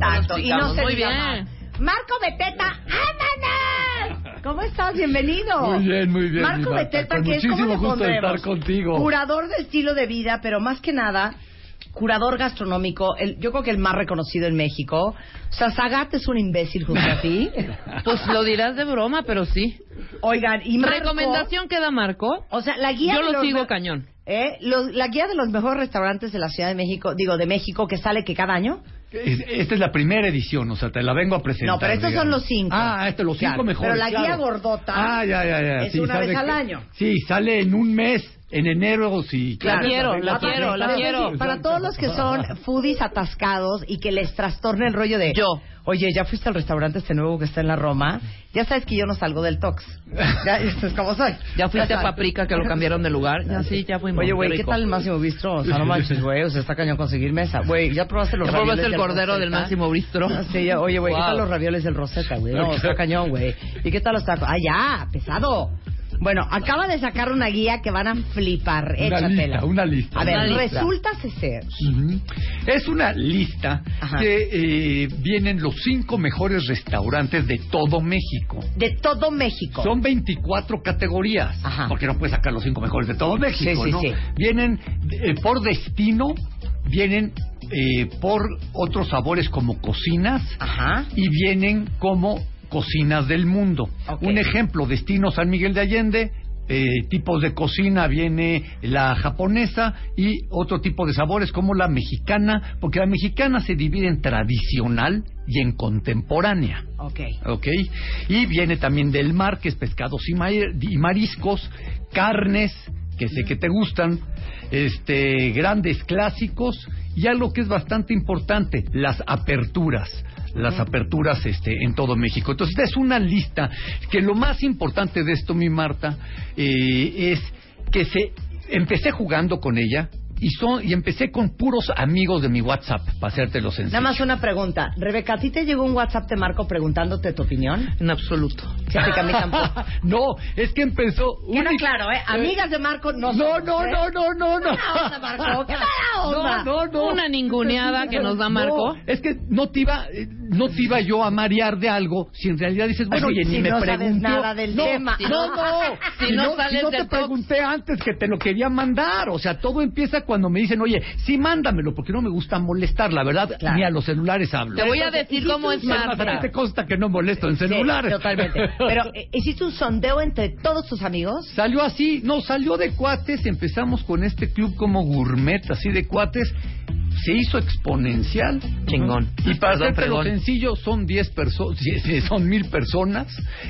Tanto, y no se Muy diga bien. más. Marco Beteta, ¡ámanas! ¿Cómo estás? Bienvenido. Muy bien, muy bien. mi Marco Marta, Beteta, con que es como muchísimo le gusto de estar pondremos? contigo. Curador de estilo de vida, pero más que nada, curador gastronómico. el- yo creo que el más reconocido en México. O sea, Zagat es un imbécil junto a ti. Pues lo dirás de broma, pero sí. Oigan, y Marco... Recomendación que da Marco. O sea, la guía Yo de lo los sigo me- cañón. ¿Eh? Los- la guía de los mejores restaurantes de la Ciudad de México, digo, de México, que sale que cada año. Es- Eh, esta es la primera edición, o sea, te la vengo a presentar. No, pero estos son digamos. los cinco. Ah, estos los cinco Claro, mejor. pero la guía gordota Ah, ya, ya, ya. es una vez sale al que- año. Sí, sale en un mes, en enero, sí. Claro. quiero, la Ah, quiero, la perfecto. Pero es quiero. decir, Para todos los que son foodies atascados y que les trastorna el rollo de... Yo. Oye, ¿ya fuiste al restaurante este nuevo que está en la Roma? Ya sabes que yo no salgo del tox. Ya, esto es como soy. Ya fuiste a sabes. Paprika, que lo cambiaron de lugar. Ya sí, ya fuimos. Oye, güey, ¿qué rico. tal el Máximo Bistro? O sea, no manches, güey, o sea, está cañón conseguir mesa. Güey, ¿ya probaste los Ya probaste ravioles el cordero del Rosetta? Máximo Bistro. Ah, Sí, ya, oye, güey, ¿qué tal Wow. los ravioles del Rosetta, güey? No, está cañón, güey. ¿Y qué tal los tacos? Ah, ya, pesado. Bueno, acaba de sacar una guía que van a flipar. Una Échatela. lista, una lista. A ver, Una lista. resulta ser. Ujú. Es una lista Ajá. que eh, vienen los cinco mejores restaurantes de todo México. De todo México. Son 24 categorías, Ajá. porque no puedes sacar los cinco mejores de todo México, Sí, sí, ¿no? sí. Vienen eh, por destino, vienen eh, por otros sabores como cocinas Ajá. y vienen como cocinas del mundo. Ok. Un ejemplo, destino San Miguel de Allende. eh, tipos de cocina viene la japonesa y otro tipo de sabores como la mexicana, porque la mexicana se divide en tradicional y en contemporánea. Ok. ¿ok? Y viene también del mar, que es pescados y, ma- y mariscos, carnes, que sé que te gustan, este, grandes clásicos y algo que es bastante importante, las aperturas las aperturas este, en todo México. Entonces, esta es una lista que lo más importante de esto, mi Marta, eh, es que se empecé jugando con ella y, son, y empecé con puros amigos de mi WhatsApp, para hacértelo sencillo. Nada más una pregunta. Rebeca, ¿a ti te llegó un WhatsApp de Marco preguntándote tu opinión? En absoluto. Fíjate que a mí tampoco. no, es que empezó... Queda única- claro, ¿eh? Amigas de Marco no No, somos, no, ¿eh? no, no, no, no. ¡Qué mala onda, Marco! ¡Qué mala onda! No, no, no. Una ninguneada que nos da Marco. No, es que no te iba, eh, no te iba yo a marear de algo si en realidad dices, bueno, Así, oye, ni si me no sabes preguntó. nada del no, tema. No, no. Si Si no no, sales si no del te tox. pregunté antes que te lo quería mandar. O sea, todo empieza cuando me dicen, oye, sí, mándamelo, porque no me gusta molestar, la verdad, Claro. ni a los celulares hablo. Te voy a Entonces, decir cómo es Y además, ¿a Marta. ti te consta que no molesto en celulares. Sí, totalmente. Pero, eh, ¿hiciste un sondeo entre todos tus amigos? Salió así, no, salió de cuates, empezamos con este club como gourmet, así de cuates, se hizo exponencial. Chingón. Y para Perdón, hacerte lo fregón. sencillo, son 10 personas, eh, son mil personas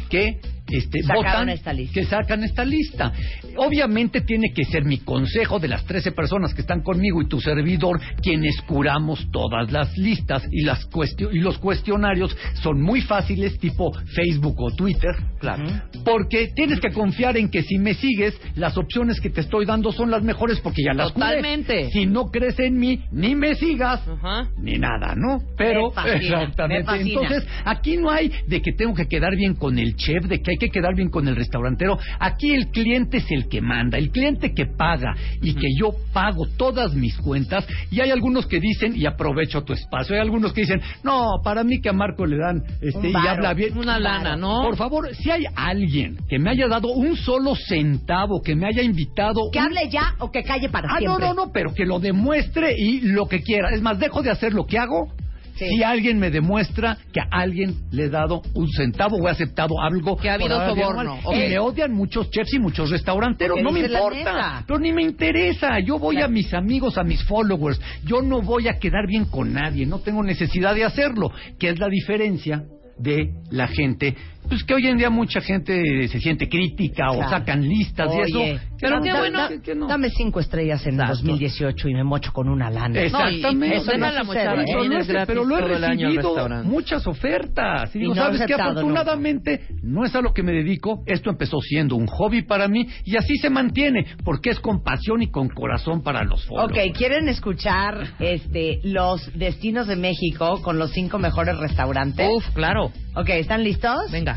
que este, Sacaron votan, esta lista. que sacan esta lista. Obviamente tiene que ser mi consejo de las 13 personas que están conmigo y tu servidor quienes curamos todas las listas y, las cuestio- y los cuestionarios son muy fáciles, tipo Facebook o Twitter, claro, porque tienes que confiar en que si me sigues, las opciones que te estoy dando son las mejores porque ya las curé. Totalmente. Si no crees en mí, ni me sigas Ajá. ni nada, ¿no? Pero Me fascina, me exactamente. fascina. Entonces, aquí no hay de que tengo que quedar bien con el chef, de que hay que quedar bien con el restaurantero. Aquí el cliente es el que manda, el cliente que paga y que yo pago todas mis cuentas. Y hay algunos que dicen y aprovecho tu espacio. Hay algunos que dicen, "No, para mí que a Marco le dan este y varo, habla bien Una lana, ¿no? Por favor, si hay alguien que me haya dado un solo centavo, que me haya invitado ¿Que un hable ya o que calle para Ah, no, siempre? no, no, pero que lo demuestre y lo que quiera. Es más, dejo de hacer lo que hago Sí. si alguien me demuestra que a alguien le he dado un centavo o he aceptado algo. Que ha por habido haber bien soborno, mal. ok. Y me odian muchos chefs y muchos restauranteros. Que No me dices la importa. neta. Pero ni me interesa. Yo voy Claro. a mis amigos, a mis followers. Yo no voy a quedar bien con nadie. No tengo necesidad de hacerlo. Que es la diferencia de la gente Pues que hoy en día mucha gente se siente crítica o Claro. sacan listas y Oye, eso. Pero dame- qué da- bueno da- que- que no. Dame cinco estrellas en Exacto. 2018 y me mocho con una lana. Es- No, y- Exactamente. y Eso den no a la sucede, muchacha, ¿eh? viene Pero lo, he, gratis pero lo he todo el año al recibido restaurante. muchas ofertas. Y digo, no he sabes que aceptado afortunadamente no es a lo que me dedico. Esto empezó siendo un hobby para mí y así se mantiene porque es con pasión y con corazón para los foros. Ok, ¿quieren escuchar este, los destinos de México con los cinco mejores restaurantes? Uf, claro. Ok, ¿están listos? Venga.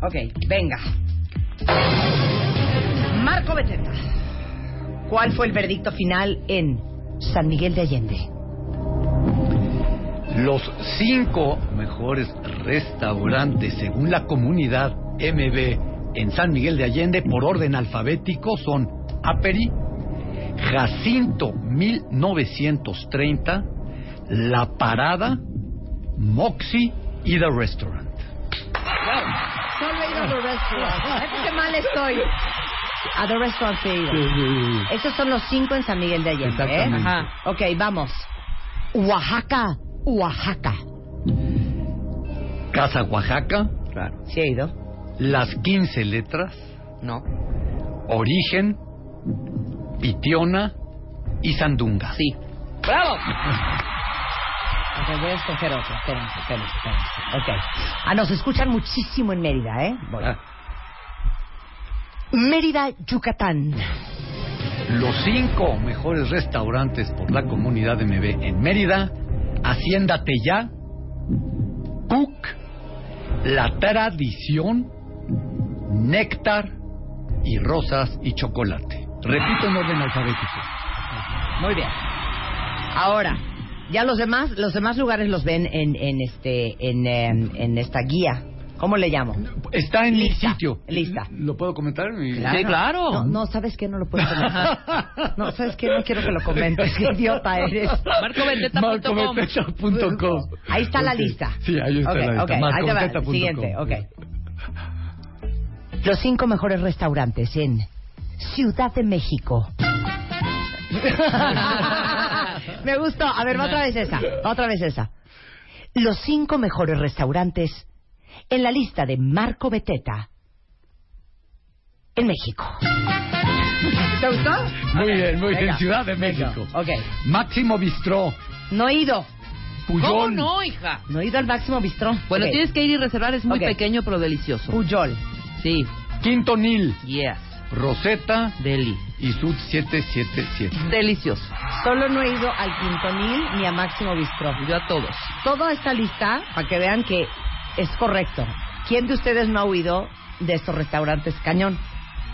Ok, venga. Marco Beteta, ¿cuál fue el verdicto final en San Miguel de Allende? Los cinco mejores restaurantes según la comunidad MB en San Miguel de Allende por orden alfabético son Aperi, Jacinto 1930, La Parada, Moxie y The Restaurant. Solo he ido a The Restaurant. Fíjate pues qué mal estoy. A The Restaurant he ido. Esos son los cinco en San Miguel de Allende, ¿eh? Exactamente. Ajá. Ok, vamos. Oaxaca, Oaxaca. Casa Oaxaca, Claro. Sí he ido. Las 15 Letras, No. Origen, Pitiona y Sandunga. Sí. ¡Bravo! Ok, voy a escoger otro. Espérense, espérense, espérense. Ok. Ah, nos escuchan muchísimo en Mérida, ¿eh? Voy. Ah. Mérida, Yucatán. Los cinco mejores restaurantes por la comunidad MB en Mérida, Hacienda Tellá, Cook, La Tradición, Néctar y Rosas y Chocolate. Repito en orden alfabético. Muy bien. Ahora, ya los demás, los demás lugares los ven en, en este, en, em, en esta guía. ¿Cómo le llamo? Está en Lista, el sitio. lista. ¿Lo puedo comentar? Sí, claro. No, no, ¿sabes qué? No lo puedo comentar. No, ¿sabes qué? No quiero que lo comentes. Qué idiota eres. MarcoBeteta.com. MarcoBeteta.com. Ahí está la Ok. lista. Sí, ahí está Ok, la lista. ok, ahí te va. marcobeteta.com. Siguiente, ok. Los cinco mejores restaurantes en Ciudad de México. Me gustó. A ver, va otra vez esa. va otra vez esa. Los cinco mejores restaurantes en la lista de Marco Beteta en México. ¿Te gustó? Muy Ok, bien, muy bien. venga. Ciudad de México. Ok. Máximo Bistró, No he ido. Puyol. ¿Cómo no, hija? No he ido al máximo bistró. Bueno, Ok. tienes que ir y reservar. Es muy Ok. pequeño, pero delicioso. Puyol. Sí. Quinto Nil, Yes. Rosetta Deli. y Sud 777. Delicioso. Solo no he ido al Quintonil ni a Máximo Bistró. Yo a todos. Toda esta lista, para que vean que es correcto. ¿Quién de ustedes no ha huido de estos restaurantes cañón?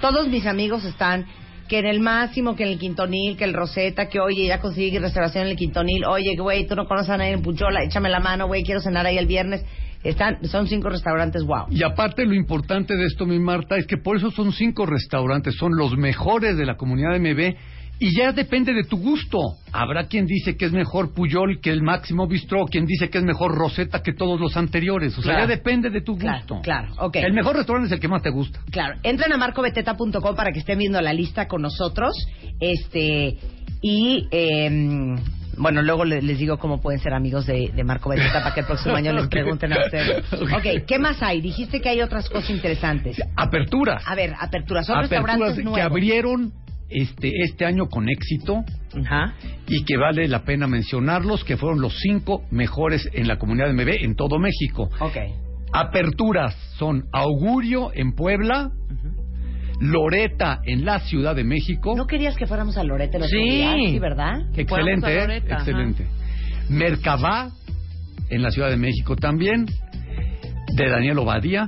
Todos mis amigos están que en el Máximo, que en el Quintonil, que el Rosetta, que oye, ya conseguí restauración en el Quintonil. Oye, güey, tú no conoces a nadie en Puchola, échame la mano, güey, quiero cenar ahí el viernes. Están, son cinco restaurantes, wow. Y aparte lo importante de esto, mi Marta, es que por eso son cinco restaurantes, son los mejores de la comunidad MB y ya depende de tu gusto. Habrá quien dice que es mejor Puyol que el Máximo Bistro, quien dice que es mejor Rosetta que todos los anteriores. O sea, Claro. ya depende de tu Claro, gusto. claro, ok. El mejor restaurante es el que más te gusta. Claro, entren a marcobeteta.com para que estén viendo la lista con nosotros. Este, y em, bueno, luego le- les digo cómo pueden ser amigos de, de Marco Beteta para que el próximo año les Ok. pregunten a ustedes. Ok. Ok, ¿qué más hay? Dijiste que hay otras cosas interesantes. Aperturas. A ver, aperturas, son Aperturas restaurantes que nuevos. abrieron este, este año con éxito. Ajá. y que vale la pena mencionarlos, que fueron los cinco mejores en la comunidad MB en todo México. Ok. Aperturas son Augurio en Puebla, Loreta en la Ciudad de México, ¿No querías que fuéramos a Lorete los Sí. Sí, ¿verdad? excelente, Fuéramos a ¿eh? Loreta, ajá. excelente. Mercabá en la Ciudad de México también, de Daniel Obadía,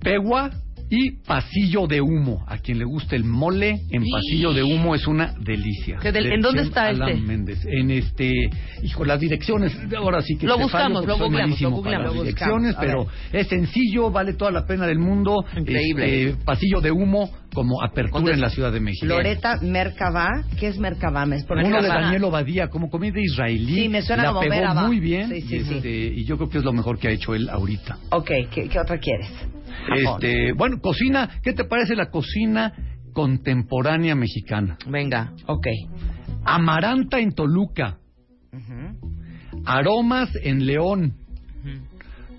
Pegua y Pasillo de Humo. A quien le guste el mole en Sí. Pasillo de Humo es una delicia. ¿Qué del- De en dónde Chef está Alan este? Méndez. En este, hijo, las direcciones, ahora sí que Lo te buscamos, fallo porque lo soy googleamos, malísimo lo para googleamos, las lo direcciones, pero buscamos. es sencillo, vale toda la pena del mundo. Increíble. Este, Pasillo de Humo como apertura Con en la des- Ciudad de México. Loreta Mercabá, ¿qué es Mercabá? Me es por Uno de Mercabá. Daniel Obadía, como comida israelí. Sí, me suena la como pegó Merabá. muy bien. Sí, sí, y, sí. este, y yo creo que es lo mejor que ha hecho él ahorita. Ok, ¿qué, qué otra quieres? Japón. Este, bueno, cocina, ¿qué te parece la cocina contemporánea mexicana? Venga. Ok. Amaranta en Toluca, Ujú. aromas en León,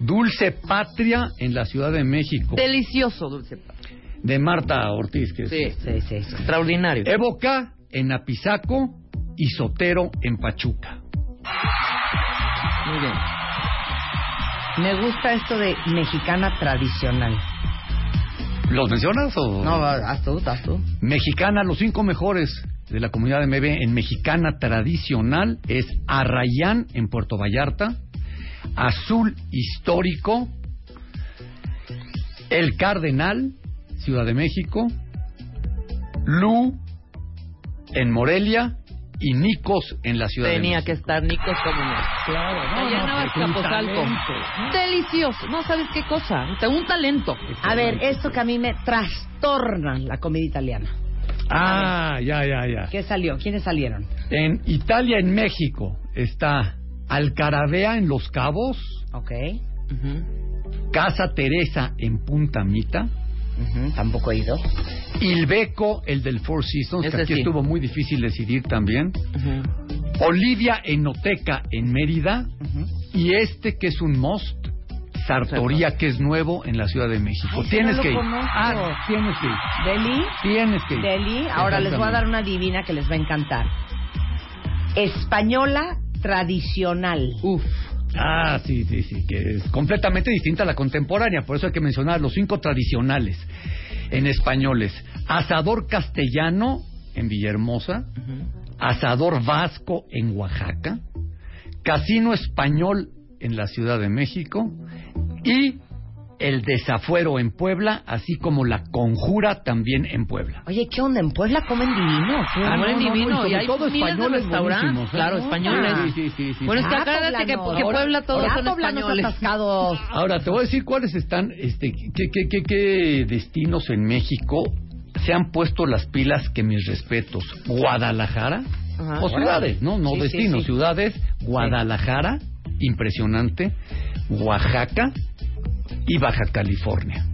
Dulce Patria en la Ciudad de México, Delicioso, dulce. patria. de Marta Ortiz. Que es- Sí, Sí, sí, sí. extraordinario. Éboca en Apizaco y Sotero en Pachuca. Muy bien. Me gusta esto de mexicana tradicional. ¿Los mencionas o...? No, va, haz tú, haz tú. Mexicana, los cinco mejores de la comunidad MB en mexicana tradicional es Arrayán en Puerto Vallarta, Azul Histórico, El Cardenal, Ciudad de México, Lu en Morelia y Nicos en la Ciudad Tenía de que México. estar Nicos como no. Claro, Allá en pues, Azcapotzalco. Delicioso. No sabes qué cosa. O sea, Un talento. A ver, esto que a mí me trastorna la comida italiana. Ah, ya, ya, ya. ¿Qué salió? ¿Quiénes salieron? En Italia, en México, está Alcaravea en Los Cabos, Ok. Ujú. Casa Teresa en Punta Mita, Ujú, Tampoco he ido. Ilbeco, el del Four Seasons, que Ese aquí sí. estuvo muy difícil decidir también, Ujú. Olivia Enoteca en Mérida, y este que es un most, Sartoría, que es nuevo en la Ciudad de México. Ay, sí, tienes no lo que ir. conozco. Ah, tienes que ir. Delhi, Tienes que ir. Delhi. Ahora les voy a dar una divina que les va a encantar. Española tradicional. Uf. Ah, sí, sí, sí, que es completamente distinta a la contemporánea, por eso hay que mencionar los cinco tradicionales en españoles. Asador castellano en Villahermosa, Asador Vasco en Oaxaca, Casino Español en la Ciudad de México y El Desafuero en Puebla, así como La Conjura también en Puebla. Oye, ¿qué onda? ¿En Puebla comen divino? ¿Qué onda? Ah, no, Amor no, no, y divino, sobre y hay todo miles de españoles restaurantes, buenísimos, ¿eh? claro, españoles. Sí, sí, sí, sí, Bueno, es que Ah, acuérdate que, poblano. que Puebla todos Ya son poblanos españoles. atascados. Ahora, te voy a decir cuáles están, este, qué, qué- qué- qué destinos en México se han puesto las pilas que mis respetos. Guadalajara, Ajá. o ciudades, ¿no? No Sí, sí, destinos, sí. ciudades. Guadalajara, impresionante. Oaxaca y Baja California.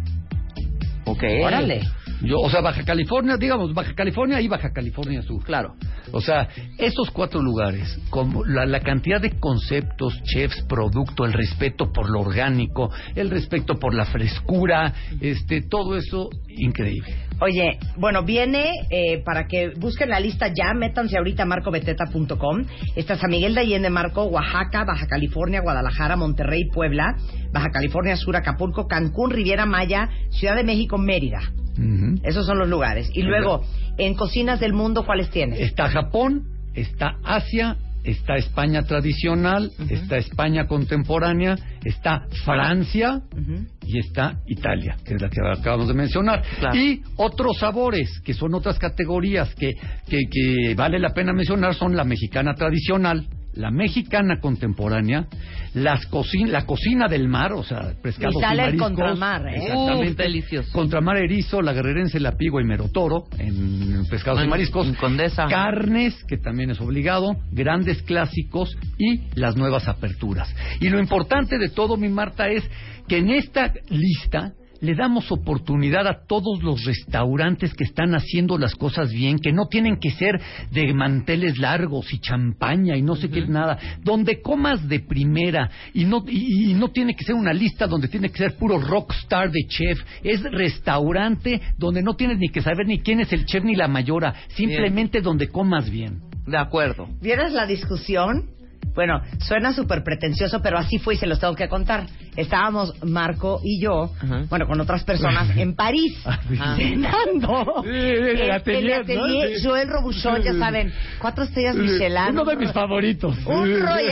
Ok. Órale. Yo, o sea, Baja California, digamos, Baja California y Baja California Sur. Claro. O sea, esos cuatro lugares, como la, la cantidad de conceptos, chefs, producto, el respeto por lo orgánico, el respeto por la frescura, este, todo eso increíble. Oye, bueno, viene eh, para que busquen la lista ya, métanse ahorita a marcobeteta.com. Está San Miguel de Allende, Marco, Oaxaca, Baja California, Guadalajara, Monterrey, Puebla, Baja California Sur, Acapulco, Cancún, Riviera Maya, Ciudad de México, Mérida. Ujú. Esos son los lugares. Y luego, en Cocinas del Mundo, ¿cuáles tienes? Está Japón, está Asia, está España tradicional, está España contemporánea, está Francia, Ujú. y está Italia, que es la que acabamos de mencionar. Claro. Y otros sabores, que son otras categorías que, que, que vale la pena mencionar, son la mexicana tradicional, la mexicana contemporánea, las cocin- la cocina del mar, o sea, pescados Italia y en mariscos. contramar, ¿eh? Exactamente. Uf, delicioso. Contramar erizo, la guerrerense, la pigua y merotoro, en pescados y En- mariscos. en Condesa. Carnes, que también es obligado, grandes clásicos y las nuevas aperturas. Y lo importante de todo, mi Marta, es que en esta lista le damos oportunidad a todos los restaurantes que están haciendo las cosas bien, que no tienen que ser de manteles largos y champaña y no sé qué nada, donde comas de primera y no y, y no tiene que ser una lista donde tiene que ser puro rockstar de chef, es restaurante donde no tienes ni que saber ni quién es el chef ni la mayora, simplemente donde comas bien. De acuerdo. ¿Vieras la discusión? Bueno, suena súper pretencioso, pero así fue y se los tengo que contar. Estábamos Marco y yo, Ajá. bueno, con otras personas en París, Ah. cenando. Sí, el En- en atelier, el atelier ¿no? Sí. Joel Robuchon, ya saben, cuatro estrellas Michelin. Uno de mis favoritos. Un rollo,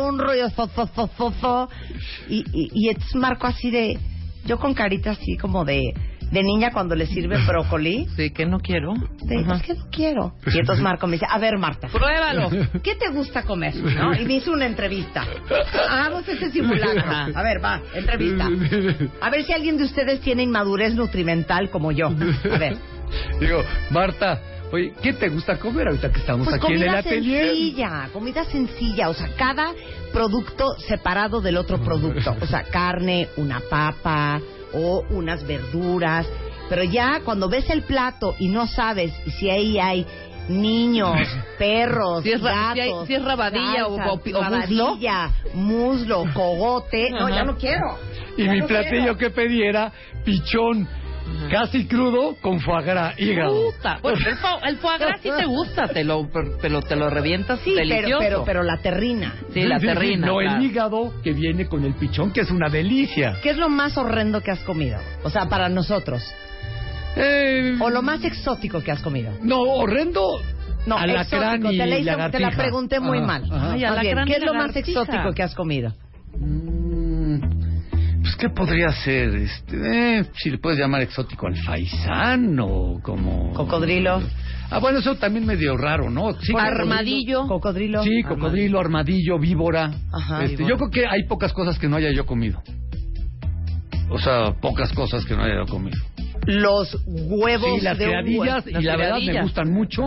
un rollo, fo, fo, fo, fo, fo. Y, y, y es Marco así de, yo con carita así como de, de niña cuando le sirve brócoli. Sí, que no quiero. De, Ajá. es que no quiero. Y entonces Marco me dice, a ver Marta, Pruébalo. ¿Qué te gusta comer? ¿No? Y me hizo una entrevista. Hagamos este simulacro. A ver, va, entrevista. A ver si alguien de ustedes tiene inmadurez nutrimental como yo. A ver. Digo, Marta, oye, ¿qué te gusta comer ahorita que estamos Pues aquí en el comida atelier? sencilla, comida sencilla, o sea, cada producto separado del otro producto, o sea, carne, una papa o unas verduras, pero ya cuando ves el plato y no sabes si ahí hay niños, perros, Si es gatos. ra- si hay- si es rabadilla o- o- o rabadilla, muslo, cogote. No, ya no quiero. Y Ya mi no platillo quiero. que pedí era pichón casi crudo con foie gras, hígado. gusta. Bueno, el, fo- el foie gras sí te gusta, te lo, te lo, te lo revientas Sí, pero, delicioso. pero, pero la terrina. Sí, la Sí, sí, sí, terrina. no claro. el hígado que viene con el pichón, que es una delicia. ¿Qué es lo más horrendo que has comido? O sea, para nosotros. Eh, O lo más exótico que has comido. No, horrendo. No, alacrán exótico, y te la, hice- te la lagartija. pregunté muy Ajá, mal. ajá. Ay, Más alacrán bien, y ¿Qué es lo más lagartija. exótico que has comido? Mm, Pues, ¿qué podría ser? Este, eh, si le puedes llamar exótico al faisán o como... Cocodrilo. Ah, bueno, eso también medio raro, ¿no? Sí, Armadillo. Cocodrilo. Sí, cocodrilo, armadillo, víbora. Ajá, Este, víbora. Yo creo que hay pocas cosas que no haya yo comido. O sea, pocas cosas que no haya yo comido. Los huevos Sí, las de un criadillas, hue- y las la verdad me criadillas. gustan mucho.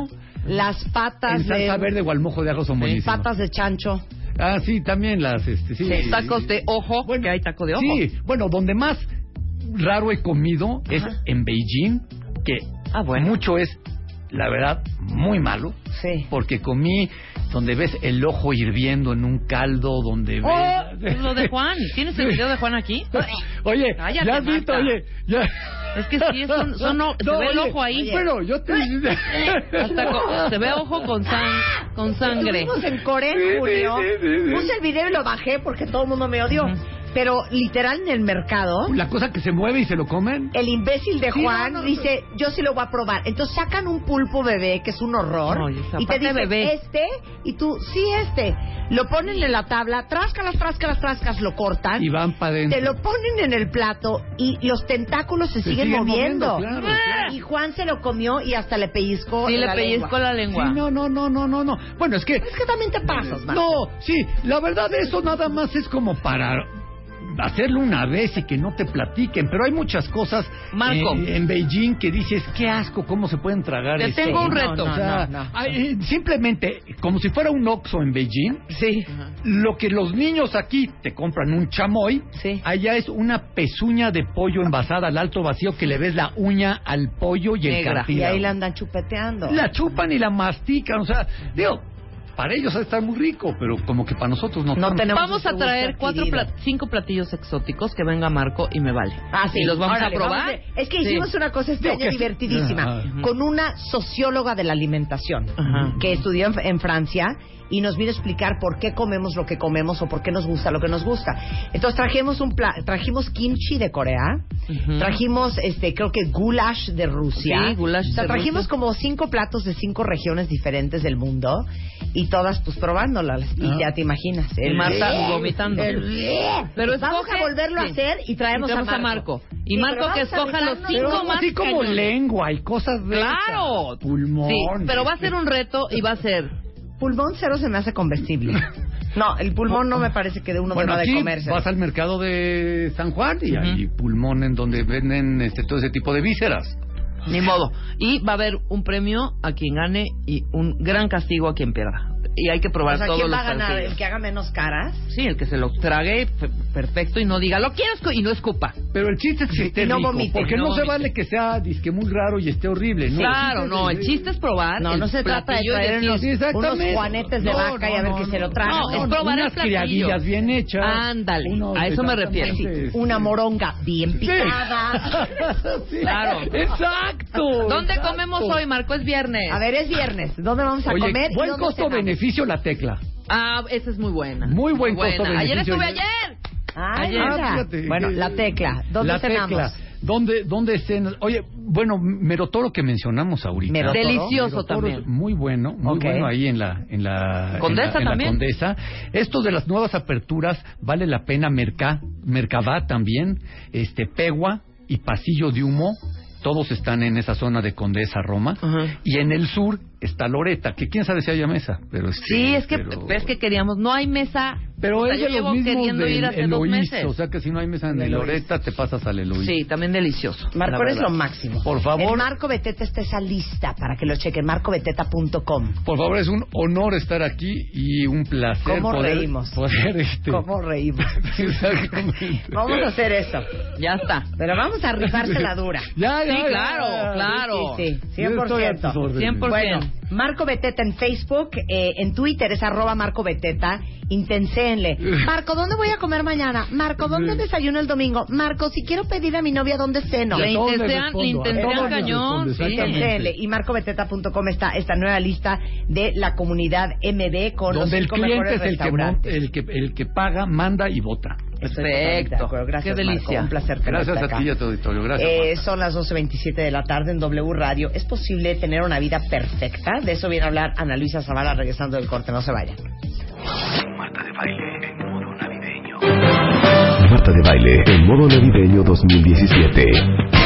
Las patas En salsa de... verde o al mojo de ajo son buenísimas. Patas de chancho. Ah, sí, también las... Este, sí, Sí, tacos de ojo, que hay taco de ojo. Sí, bueno, donde más raro he comido es en Beijing, que Ah, bueno. mucho es, la verdad, muy malo. Sí. Porque comí donde ves el ojo hirviendo en un caldo, donde Oh, ves... lo de Juan. ¿Tienes el video de Juan aquí? Oye, Cállate, ya has visto, Marta. oye, ya. Es que sí, es un- son o- se ve el ojo ahí. eh, Bueno, yo te. Hasta co- se ve ojo con, san- con sangre. Estuvimos en Corea Sí, en sí, julio. sí, sí, sí. Puse el video y lo bajé porque todo el mundo me odió. Ujú. Pero literal en el mercado, La cosa que se mueve y se lo comen. el imbécil de Sí, Juan no, no, no. dice, yo sí lo voy a probar. Entonces sacan un pulpo bebé, que es un horror, No, y esa y te parte dicen, bebé. este, y tú, sí, este. Lo ponen en la tabla, tráscalas, tráscalas, tráscalas, lo Eh, cortan. Y van para adentro. Te lo ponen en el plato y los tentáculos se, Se siguen, siguen moviendo. moviendo, claro, claro. Y Juan se lo comió y hasta le pellizcó. Sí, en le la pellizco lengua. la Sí, lengua. no, no, no, no, no, no. Bueno, es que. Pues Es que también te pasas, Marta. No, sí, la verdad, eso nada más es como para hacerlo una vez y que no te platiquen. Pero hay muchas cosas Marco. eh, en Beijing que dices, qué asco, cómo se pueden tragar Te esto, tengo un ¿no? reto. O sea, No, no, no. ay, eh, simplemente, como si fuera un Oxxo en Beijing, sí. lo que los niños aquí te compran un chamoy, Sí. allá es una pezuña de pollo envasada al alto vacío que le ves la uña al pollo y el Negra. Y cartílago. ahí la andan chupeteando. La chupan y la mastican, o sea, digo, para ellos ha de estar muy rico, pero como que para nosotros no. No tanto. tenemos Vamos a ese gusto traer cuatro adquirido. plat- cinco platillos exóticos que venga Marco y me vale. Ah, sí. Y los vamos Órale, a probar. vamos a- Es que Sí. hicimos una cosa Digo extraña que- divertidísima Ajá. con una socióloga de la alimentación Ajá. que estudió en, en Francia y nos vino a explicar por qué comemos lo que comemos o por qué nos gusta lo que nos gusta. Entonces trajimos un pla- trajimos kimchi de Corea, Ujú. trajimos este creo que goulash de Rusia. Sí, goulash o sea, de trajimos Rusia. como cinco platos de cinco regiones diferentes del mundo y todas pues probándolas y Ah. ya te imaginas. Y Marta vomitando. Pero Pero Eh, vamos escoge- a volverlo a sí. hacer y traemos, Y traemos a a Marco. Marco. Y Marco pero que vamos a escoja los dejarnos- Pero cinco algo más así como cañón. lengua y cosas de Claro. esas, pulmón. este, Sí, pero va a ser un reto y va a ser. Pulmón cero se me hace comestible. No, el pulmón no me parece que de uno Bueno, deba de aquí comerse. vas al mercado de San Juan y Ujú. hay pulmón en donde venden este todo ese tipo de vísceras. Ni modo. Y va a haber un premio a quien gane y un gran castigo a quien pierda. Y hay que probar O sea, todos ¿quién los va a ganar? platillos. ¿El que haga menos caras? Sí, el que se lo trague fe- perfecto y no diga, lo quiero escu-", y no escupa. Pero el chiste es que Sí, esté y no rico, vomite, porque y no no, se vomite. vale que sea disque muy raro y esté horrible, ¿no? claro, no, el chiste es probar. No, el no se trata de platillo y traer decir, unos, sí, exactamente. unos juanetes de No, vaca y a no, ver no, qué se lo no. traga. No, es probar el unas platillo. criadillas bien hechas. Ándale, a eso me refiero. exactamente. Una moronga bien Sí. picada. Sí. Claro. Exacto. ¿Dónde exacto. comemos hoy, Marco? Es viernes. A ver, es viernes. ¿Dónde vamos a Oye, comer? y Buen dónde cenamos? costo-beneficio la tecla. Ah, esa es muy buena. Muy buen buena. costo-beneficio. Ayer estuve ayer. Ay, Ayer. mira. Ah, fíjate. Bueno, la tecla. ¿Dónde la cenamos? Tecla. ¿Dónde, dónde cenas? Oye, bueno, Merotoro que mencionamos ahorita. Merotoro. Delicioso Merotoro también. es Muy bueno, muy Ok. bueno ahí en la en la Condesa en la- en la también. Condesa. Esto de las nuevas aperturas vale la pena Merca, Mercabá también, este Pegua y Pasillo de Humo. Todos están en esa zona de Condesa, Roma. Ajá. Y en el sur está Loreta, que quién sabe si haya mesa. Pero este, Sí, es que pero- es que queríamos, no hay mesa. pero O sea, es yo de los llevo mismos queriendo de ir hace dos Eloís, meses. o sea que si no hay mesa en De el Eloís. Loreta te pasas al Eloís. Sí, también delicioso. la Marco, verdad. es lo máximo. Por favor. El Marco Beteta está esa lista para que lo chequen. MarcoBeteta.com. Por favor, es un honor estar aquí y un placer ¿Cómo poder, reímos? poder este ¿Cómo reímos? Exactamente. Vamos a hacer eso. Ya está. Pero vamos a rifársela dura. Ah, Ya, ya, Sí, ya, claro, ya. claro. Sí, sí, Yo estoy a tus 100%. órdenes. 100%. Bueno, Marco Beteta en Facebook, eh, en Twitter es arroba Marco Beteta, intenséenle. Marco, ¿dónde voy a comer mañana? Marco, ¿dónde desayuno el domingo? Marco, si quiero pedir a mi novia, ¿dónde ceno? Le todos les intensean, le respondo, a intensean todos les cañón. respondo, sí. exactamente. Intenséenle. Y marcobeteta.com está esta nueva lista de la comunidad MB con los Donde el cinco cliente mejores es el que, mon- restaurantes. el, que, el que paga, manda y vota. Estoy totalmente de Perfecto. acuerdo. Gracias, Qué delicia. Marco. Un placer tenerte Gracias acá. a ti y a tu auditorio. Gracias. Eh, son las 12.27 de la tarde en W Radio. ¿Es posible tener una vida perfecta? De eso viene a hablar Ana Luisa Zavala regresando del corte. No se vayan. Marta de baile en modo navideño. Marta de Baile en modo navideño 2017.